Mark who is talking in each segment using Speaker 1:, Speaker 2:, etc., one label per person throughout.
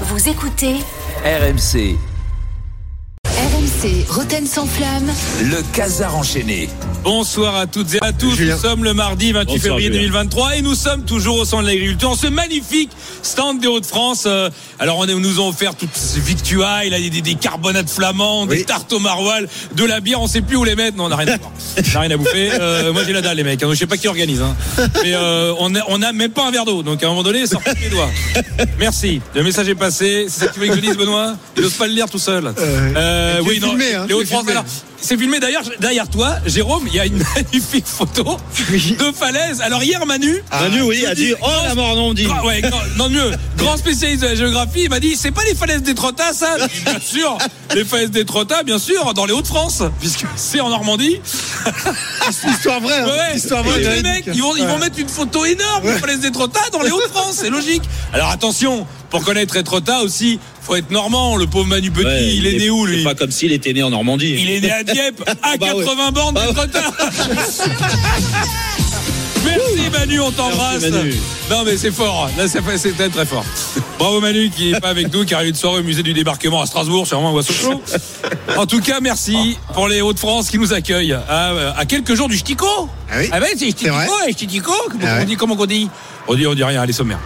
Speaker 1: Vous écoutez
Speaker 2: RMC,
Speaker 1: RMC Roten sans flamme.
Speaker 2: le casar enchaîné.
Speaker 3: Bonsoir à toutes et à tous. Nous sommes le mardi 28
Speaker 4: Bonsoir,
Speaker 3: février
Speaker 4: Julien.
Speaker 3: 2023 et nous sommes toujours au centre de l'agriculture, en ce magnifique stand des Hauts-de-France. Euh, Alors, on est- nous ont offert toutes ces victuailles, là, il y a des, des carbonates flamands, des tartes au maroilles, de la bière, on sait plus où les mettre. Non, on n'a rien à boire. On n'a rien à bouffer. Euh, moi, j'ai la dalle, les mecs. hein, donc Je sais pas qui organise. hein. Mais euh, on a- on n'a même pas un verre d'eau. Donc, à un moment donné, sortez les doigts. Merci. Le message est passé. C'est ça que tu veux que je dise, Benoît Je n'ose pas le lire tout seul. Euh,
Speaker 5: tu es filmé, hein,
Speaker 3: les
Speaker 5: tu es
Speaker 3: Hauts-de-France,
Speaker 5: filmé.
Speaker 3: alors, c'est filmé d'ailleurs derrière toi, Jérôme. Il y a une magnifique photo de falaise. Alors hier, Manu,
Speaker 6: Ah
Speaker 4: Manu, oui,
Speaker 3: je
Speaker 4: a
Speaker 3: dis-
Speaker 4: dit Oh la mort, non, on dit.
Speaker 3: gra- ouais, grand, non mieux, grand spécialiste de la géographie, il m'a dit c'est pas les falaises des Trotas, ça J'ai dit, Bien sûr, les falaises des Trotas, bien sûr, dans les Hauts-de-France, puisque c'est en Normandie.
Speaker 5: Histoire vraie.
Speaker 6: Ah,
Speaker 5: hein.
Speaker 3: Ouais,
Speaker 5: Histoire
Speaker 3: et
Speaker 5: vraie.
Speaker 3: les mecs, ils vont, ils vont mettre une photo énorme des falaises des Trotas dans les Hauts-de-France, c'est logique. Alors attention, pour connaître les Trotas aussi, faut être normand. Le pauvre Manu Petit,
Speaker 4: Ouais,
Speaker 3: il est né où lui
Speaker 4: C'est pas comme s'il était né en Normandie.
Speaker 3: il est né à Dieppe, à
Speaker 4: Bah ouais.
Speaker 3: 80 bornes de retard. Merci Manu, on t'embrasse.
Speaker 4: Merci, Manu.
Speaker 3: Non mais c'est fort, là c'est c'est très très fort. Bravo Manu qui n'est pas avec nous, car il y a une soirée au musée du débarquement à Strasbourg, sûrement ou à Sochaux. En tout cas, merci pour les Hauts-de-France qui nous accueillent à, euh, à quelques jours du Ch'tico.
Speaker 5: Ah oui.
Speaker 3: ben c'est Ch'tico,
Speaker 5: vrai.
Speaker 3: et Ch'tico, comment
Speaker 5: Ah
Speaker 3: on
Speaker 5: ouais.
Speaker 3: dit, comment on dit On dit, on dit rien, allez sommaire.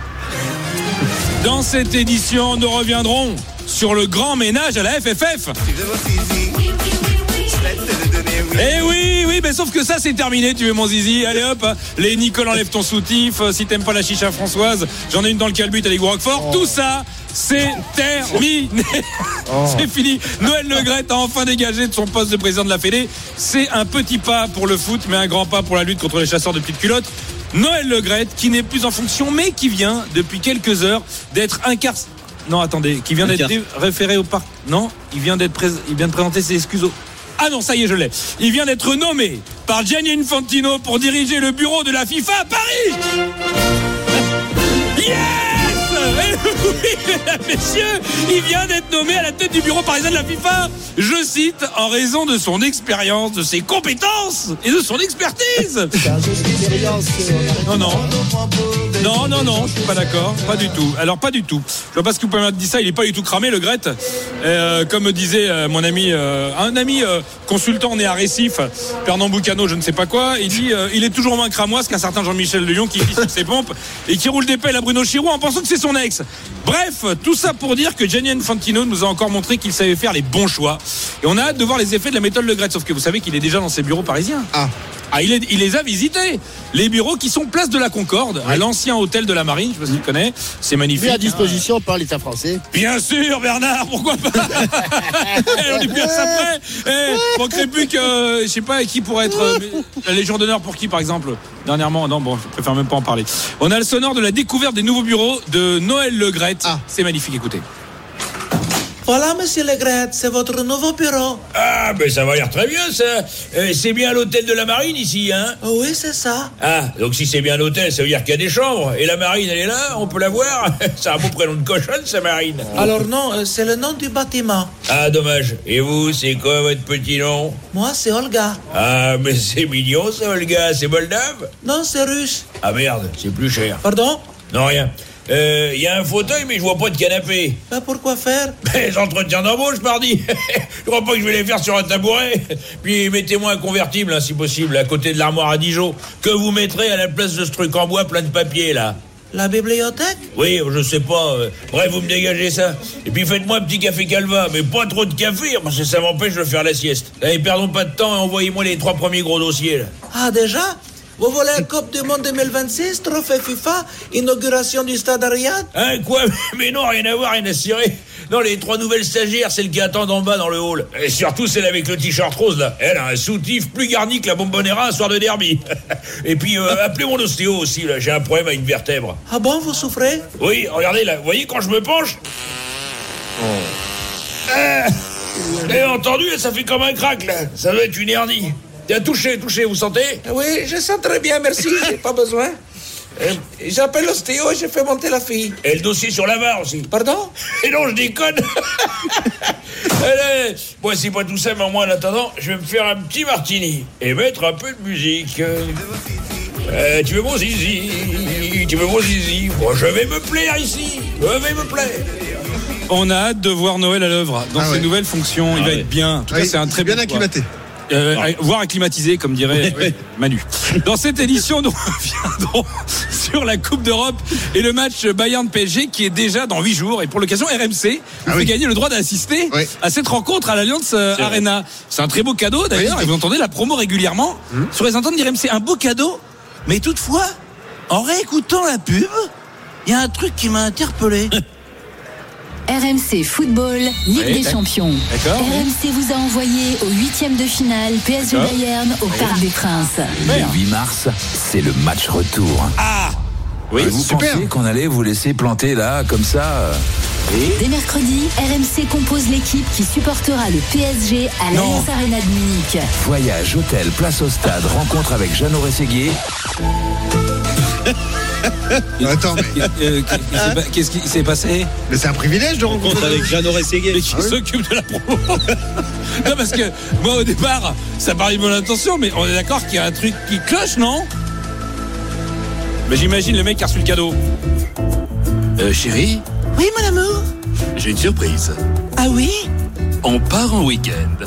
Speaker 3: Dans cette édition, nous reviendrons sur le grand ménage à la FFF. Eh oui, oui, mais sauf que ça c'est terminé, tu veux mon zizi, allez hop, les Nicole enlève ton soutif, Euh, si t'aimes pas la chicha françoise, j'en ai une dans le calbut avec Roquefort, tout ça c'est terminé, c'est fini, Noël Le Gret a enfin dégagé de son poste de président de la Fédé, c'est un petit pas pour le foot, mais un grand pas pour la lutte contre les chasseurs de petites culottes. Noël Le Gret, qui n'est plus en fonction, mais qui vient depuis quelques heures d'être incarcéré. Non, attendez, qui vient d'être
Speaker 4: Incar-
Speaker 3: dé- référé au parc. Non, il vient d'être prés- il vient de présenter ses excuses au. Ah non, ça y est, je l'ai. Il vient d'être nommé par Gianni Infantino pour diriger le bureau de la FIFA à Paris. Yes Eh oui, mesdames, messieurs, il vient d'être nommé à la tête du bureau parisien de la FIFA. Je cite, en raison de son expérience, de ses compétences et de son expertise. Non, non. Non, non, non, je suis pas d'accord. Pas du tout. Alors, pas du tout. Je vois pas ce que vous pouvez me dire ça. Il est pas du tout cramé, le Gret. Euh, comme disait euh, mon ami, euh, un ami euh, consultant né à Récif, Fernand Boucano, je ne sais pas quoi, il dit euh, il est toujours moins cramois qu'un certain Jean-Michel Lyon qui vit sur ses pompes et qui roule des pelles à Bruno Chirou en pensant que c'est son ex. Bref, tout ça pour dire que Gianni Infantino nous a encore montré qu'il savait faire les bons choix. Et on a hâte de voir les effets de la méthode Le Gret. Sauf que vous savez qu'il est déjà dans ses bureaux parisiens.
Speaker 5: Ah.
Speaker 3: Ah, il, est- il les a visités. Les bureaux qui sont place de la Concorde, à l'ancien hôtel de la Marine, je ne sais pas si tu connais. C'est magnifique.
Speaker 7: Mis à
Speaker 3: hein.
Speaker 7: disposition par l'État français.
Speaker 3: Bien sûr, Bernard, pourquoi pas Eh, On est bien après. Eh, manquerait plus que, euh, je sais pas, qui pourrait être euh, mais- la Légion d'honneur pour qui, par exemple Dernièrement, non, bon, je préfère même pas en parler. On a le sonore de la découverte des nouveaux bureaux de Noël Le Gret.
Speaker 5: Ah.
Speaker 3: C'est magnifique, écoutez.
Speaker 8: Voilà, monsieur Legrette, c'est votre nouveau bureau.
Speaker 6: Ah, ben ça va l'air très bien, ça. Euh, c'est bien l'hôtel de la marine ici, hein
Speaker 8: Ah Oui, c'est ça.
Speaker 6: Ah, donc si c'est bien l'hôtel, ça veut dire qu'il y a des chambres. Et la marine, elle est là, on peut la voir. C'est un beau prénom de cochonne, ça, marine.
Speaker 8: Alors non, euh, c'est le nom du bâtiment.
Speaker 6: Ah, dommage. Et vous, c'est quoi votre petit nom
Speaker 8: Moi, c'est Olga.
Speaker 6: Ah, mais c'est mignon, ça, Olga. C'est moldave
Speaker 8: Non, c'est russe.
Speaker 6: Ah merde, c'est plus cher.
Speaker 8: Pardon
Speaker 6: Non, rien. Euh, Il y a un fauteuil, mais je vois pas de canapé.
Speaker 8: Ben, pourquoi faire
Speaker 6: Mais entretiens Ben, d'embauche, mardi Je crois pas que je vais les faire sur un tabouret Puis mettez-moi un convertible, hein, si possible, à côté de l'armoire à Dijon, que vous mettrez à la place de ce truc en bois plein de papier, là.
Speaker 8: La bibliothèque
Speaker 6: Oui, je sais pas. euh, Bref, vous me dégagez ça. Et puis faites-moi un petit café calva, mais pas trop de café, parce que ça m'empêche de faire la sieste. Allez, perdons pas de temps et envoyez-moi les trois premiers gros dossiers, là.
Speaker 8: Ah, déjà Vous voulez la Coupe du Monde 2026, trophée FIFA, inauguration du stade Ariad
Speaker 6: Hein, quoi Mais non, rien à voir, rien à se tirer. Non, les trois nouvelles stagiaires, celles qui attendent en bas dans le hall. Et surtout celle avec le t-shirt rose, là. Elle a un soutif plus garni que la bombonera un soir de derby. Et puis, euh, appelez mon ostéo aussi, là. J'ai un problème à une vertèbre.
Speaker 8: Ah bon, vous souffrez
Speaker 6: Oui, regardez, là. Vous voyez, quand je me penche... Eh, eh, entendu, ça fait comme un crack, là. Ça doit être une hernie. Tiens, touchez, touchez, vous sentez
Speaker 8: Eh Oui, je sens très bien, merci, j'ai pas besoin. Euh, J'appelle l'ostéo et je fais monter la fille.
Speaker 6: Et le dossier sur la barre aussi.
Speaker 8: Pardon
Speaker 6: Et non, je déconne. Allez, moi c'est pas tout ça, mais moi en attendant, je vais me faire un petit martini et mettre un peu de musique. Euh, tu veux mon zizi Tu veux mon zizi Moi, je vais me plaire ici. Je vais me plaire.
Speaker 3: On a hâte de voir Noël à l'œuvre dans
Speaker 5: Ah
Speaker 3: ses
Speaker 5: ouais.
Speaker 3: nouvelles fonctions. Il
Speaker 4: Ah
Speaker 3: va
Speaker 4: ouais.
Speaker 3: être bien. En tout cas,
Speaker 5: Oui,
Speaker 3: c'est un très
Speaker 5: bien
Speaker 3: bon choix.
Speaker 5: acclimaté.
Speaker 3: Euh,
Speaker 5: Ah.
Speaker 3: à- voire acclimatisé, comme dirait euh, Manu. Dans cette édition, nous reviendrons sur la Coupe d'Europe et le match Bayern-PSG qui est déjà dans 8 jours. Et pour l'occasion, RMC vous
Speaker 5: Ah
Speaker 3: fait
Speaker 5: oui.
Speaker 3: gagner le droit d'assister
Speaker 5: Oui.
Speaker 3: à cette rencontre à l'Alliance euh,
Speaker 4: C'est vrai.
Speaker 3: Arena. C'est un très beau cadeau d'ailleurs.
Speaker 5: Oui. Hum.
Speaker 3: Et vous entendez la promo régulièrement sur les antennes d'RMC. Un beau cadeau, mais toutefois, en réécoutant la pub, il y a un truc qui m'a interpellé.
Speaker 1: RMC Football, Ligue
Speaker 3: Ouais,
Speaker 1: des
Speaker 3: tac.
Speaker 1: Champions.
Speaker 3: D'accord.
Speaker 1: RMC vous a envoyé au huitième de finale PSV
Speaker 3: D'accord.
Speaker 1: Bayern au Parc des Princes.
Speaker 3: Merde.
Speaker 2: Le 8 mars, c'est le match retour.
Speaker 3: Ah Oui,
Speaker 2: vous
Speaker 5: super.
Speaker 2: pensiez qu'on allait vous laisser planter là, comme ça euh,
Speaker 1: Dès mercredi, RMC compose l'équipe qui supportera le PSG à
Speaker 3: Non.
Speaker 1: l'Allianz Arena de Munich.
Speaker 2: Voyage, hôtel, place au stade, rencontre avec Jeannot Rességuier.
Speaker 5: Attends, mais,
Speaker 3: Euh, qu'est-ce qui s'est pas- Qu'est-ce qui s'est passé
Speaker 5: mais c'est un privilège de
Speaker 4: Rencontre
Speaker 5: rencontrer.
Speaker 4: avec Jeannot Rességuier.
Speaker 3: mais qui s'occupe de la promo. non, parce que moi, au départ, ça paraît une bonne intention, mais on est d'accord qu'il y a un truc qui cloche, non Mais j'imagine le mec qui a reçu le cadeau.
Speaker 2: Euh, chérie,
Speaker 8: Oui, mon amour
Speaker 2: j'ai une surprise.
Speaker 8: Ah oui Ah,
Speaker 2: On part en week-end.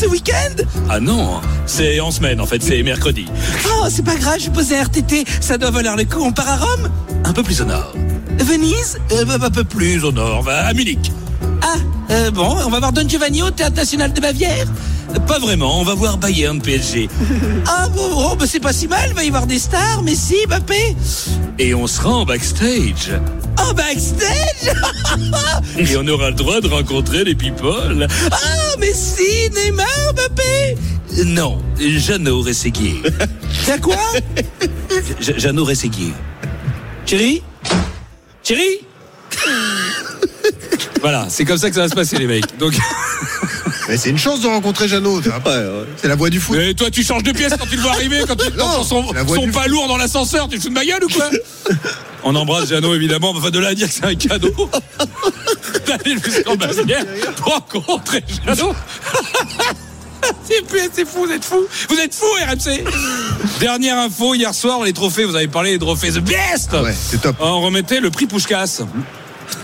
Speaker 8: Ce week-end
Speaker 2: Ah non,
Speaker 3: C'est en semaine, en fait, c'est mercredi.
Speaker 8: Oh, c'est pas grave, je posé un RTT, ça doit valoir le coup, on part à Rome
Speaker 2: un peu plus au nord.
Speaker 8: Venise
Speaker 3: Eh ben, Un peu plus au nord, va à Munich.
Speaker 8: Ah,
Speaker 3: Euh, bon, on va voir Don Giovanni au Théâtre National de Bavière Pas vraiment, on va voir Bayern PSG.
Speaker 8: ah bon, bon, bah, c'est pas si mal, va y avoir des stars, Messi, Mbappé
Speaker 3: Et on sera en backstage.
Speaker 8: Oh, backstage
Speaker 3: Et on aura le droit de rencontrer les people.
Speaker 8: Ah, Messi, Neymar, Mbappé
Speaker 3: Non, Jeannot Rességuier.
Speaker 8: T'as quoi
Speaker 3: Je- Jeannot Rességuier. Thierry Thierry Voilà, c'est comme ça que ça va se passer, les mecs. Donc,
Speaker 5: Mais c'est une chance de rencontrer Jeannot. tu vois. C'est la voix du foot.
Speaker 3: toi, tu changes de pièce quand tu le vois arriver, quand tu
Speaker 5: Non,
Speaker 3: entends son,
Speaker 5: la voix
Speaker 3: son
Speaker 5: du-
Speaker 3: pas lourd dans l'ascenseur, tu te fous de ma gueule ou quoi On embrasse Jeannot, évidemment, enfin, de là à dire que c'est un cadeau. D'aller jusqu'en Bavière pour rencontrer Jeannot. C'est plus- C'est fou, vous êtes fous Vous êtes fous, RMC Dernière info, hier soir, les trophées, vous avez parlé des trophées The Best
Speaker 5: Ouais, c'est top.
Speaker 3: on remettait le prix Pouchkas.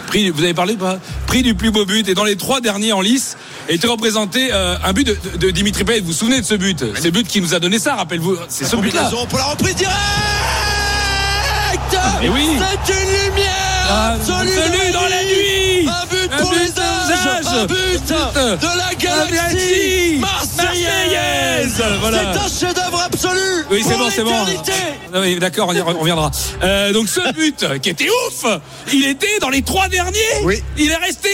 Speaker 3: Prix, du- vous avez parlé pas Prix du plus beau but. Et dans les trois derniers en lice, était représenté euh, un but de, de Dimitri Payet. Vous vous souvenez de ce but C'est le but qui nous a donné ça, rappelle-vous. C'est ce but-là.
Speaker 7: Pour la reprise directe
Speaker 3: Mais oui
Speaker 7: C'est une lumière
Speaker 3: Absolu
Speaker 7: absolue
Speaker 3: Ah, dans la nuit
Speaker 7: Un but
Speaker 3: Un
Speaker 7: pour
Speaker 3: but
Speaker 7: les âges
Speaker 3: aux âges
Speaker 7: Un but
Speaker 3: But
Speaker 7: de la
Speaker 3: Galaxie
Speaker 7: galaxie Marseillaise
Speaker 3: Voilà.
Speaker 7: C'est un chef-d'œuvre absolu
Speaker 3: Oui, c'est
Speaker 7: pour
Speaker 3: bon, c'est bon.
Speaker 7: l'éternité.
Speaker 3: Ah oui, D'accord, on y re- on reviendra. Euh, donc ce but qui était ouf, il était dans les trois derniers.
Speaker 5: Oui.
Speaker 3: Il est resté.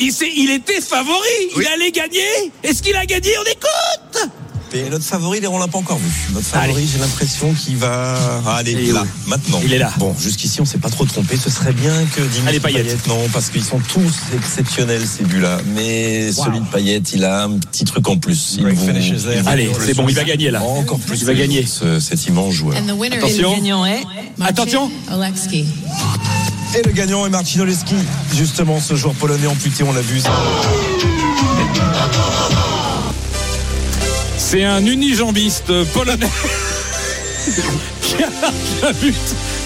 Speaker 3: Il, s'est- il était favori.
Speaker 5: Oui.
Speaker 3: Il allait gagner. Est-ce qu'il a gagné On écoute.
Speaker 7: Et notre favori, on l'a pas encore vu. Notre favori,
Speaker 3: Allez.
Speaker 7: j'ai l'impression qu'il va. Ah, Allez, il est là, maintenant.
Speaker 3: Eh Il est là.
Speaker 7: Bon, jusqu'ici, on s'est pas trop trompé. Ce serait bien que
Speaker 3: Allez,
Speaker 7: Dimitri
Speaker 3: Payet.
Speaker 7: Payet. Non, parce qu'ils sont tous exceptionnels, ces buts-là. Mais celui de Payet, il a un petit truc en plus. Il vous- il vous-
Speaker 3: Allez, c'est bon, il va gagner là.
Speaker 7: Encore plus.
Speaker 3: Il va
Speaker 7: que
Speaker 3: gagner.
Speaker 7: ce- cet immense joueur.
Speaker 9: And the winner
Speaker 3: Attention.
Speaker 9: is gagnant est
Speaker 3: Attention.
Speaker 9: Oleksky.
Speaker 7: Et le gagnant est Marcin Oleski. Justement, ce joueur polonais amputé, on l'a vu.
Speaker 3: C'est un unijambiste polonais qui a marqué un but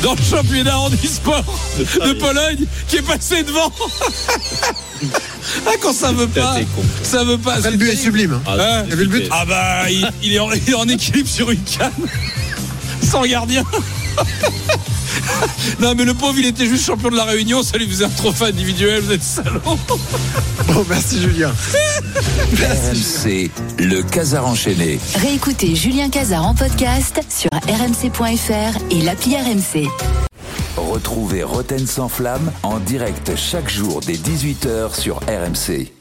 Speaker 3: dans le championnat en e-sport de Pologne qui est passé devant. ah, quand ça veut
Speaker 4: Putain,
Speaker 3: pas,
Speaker 4: t'es con.
Speaker 3: ça veut pas.
Speaker 5: Ah,
Speaker 3: c'est
Speaker 5: Le but est
Speaker 3: terrible.
Speaker 5: sublime.
Speaker 3: Ah,
Speaker 5: T'as vu le but
Speaker 3: Ah bah, il, il est en, il est en équilibre sur une canne, sans gardien. Non mais le pauvre il était juste champion de la Réunion, ça lui faisait un trophée individuel, vous êtes salaud
Speaker 5: Bon, merci Julien.
Speaker 2: RMC, le Casar enchaîné.
Speaker 1: Réécoutez Julien Cazard en podcast sur rmc.fr et l'appli RMC.
Speaker 2: Retrouvez Roten sans flamme en direct chaque jour dès 18h sur RMC.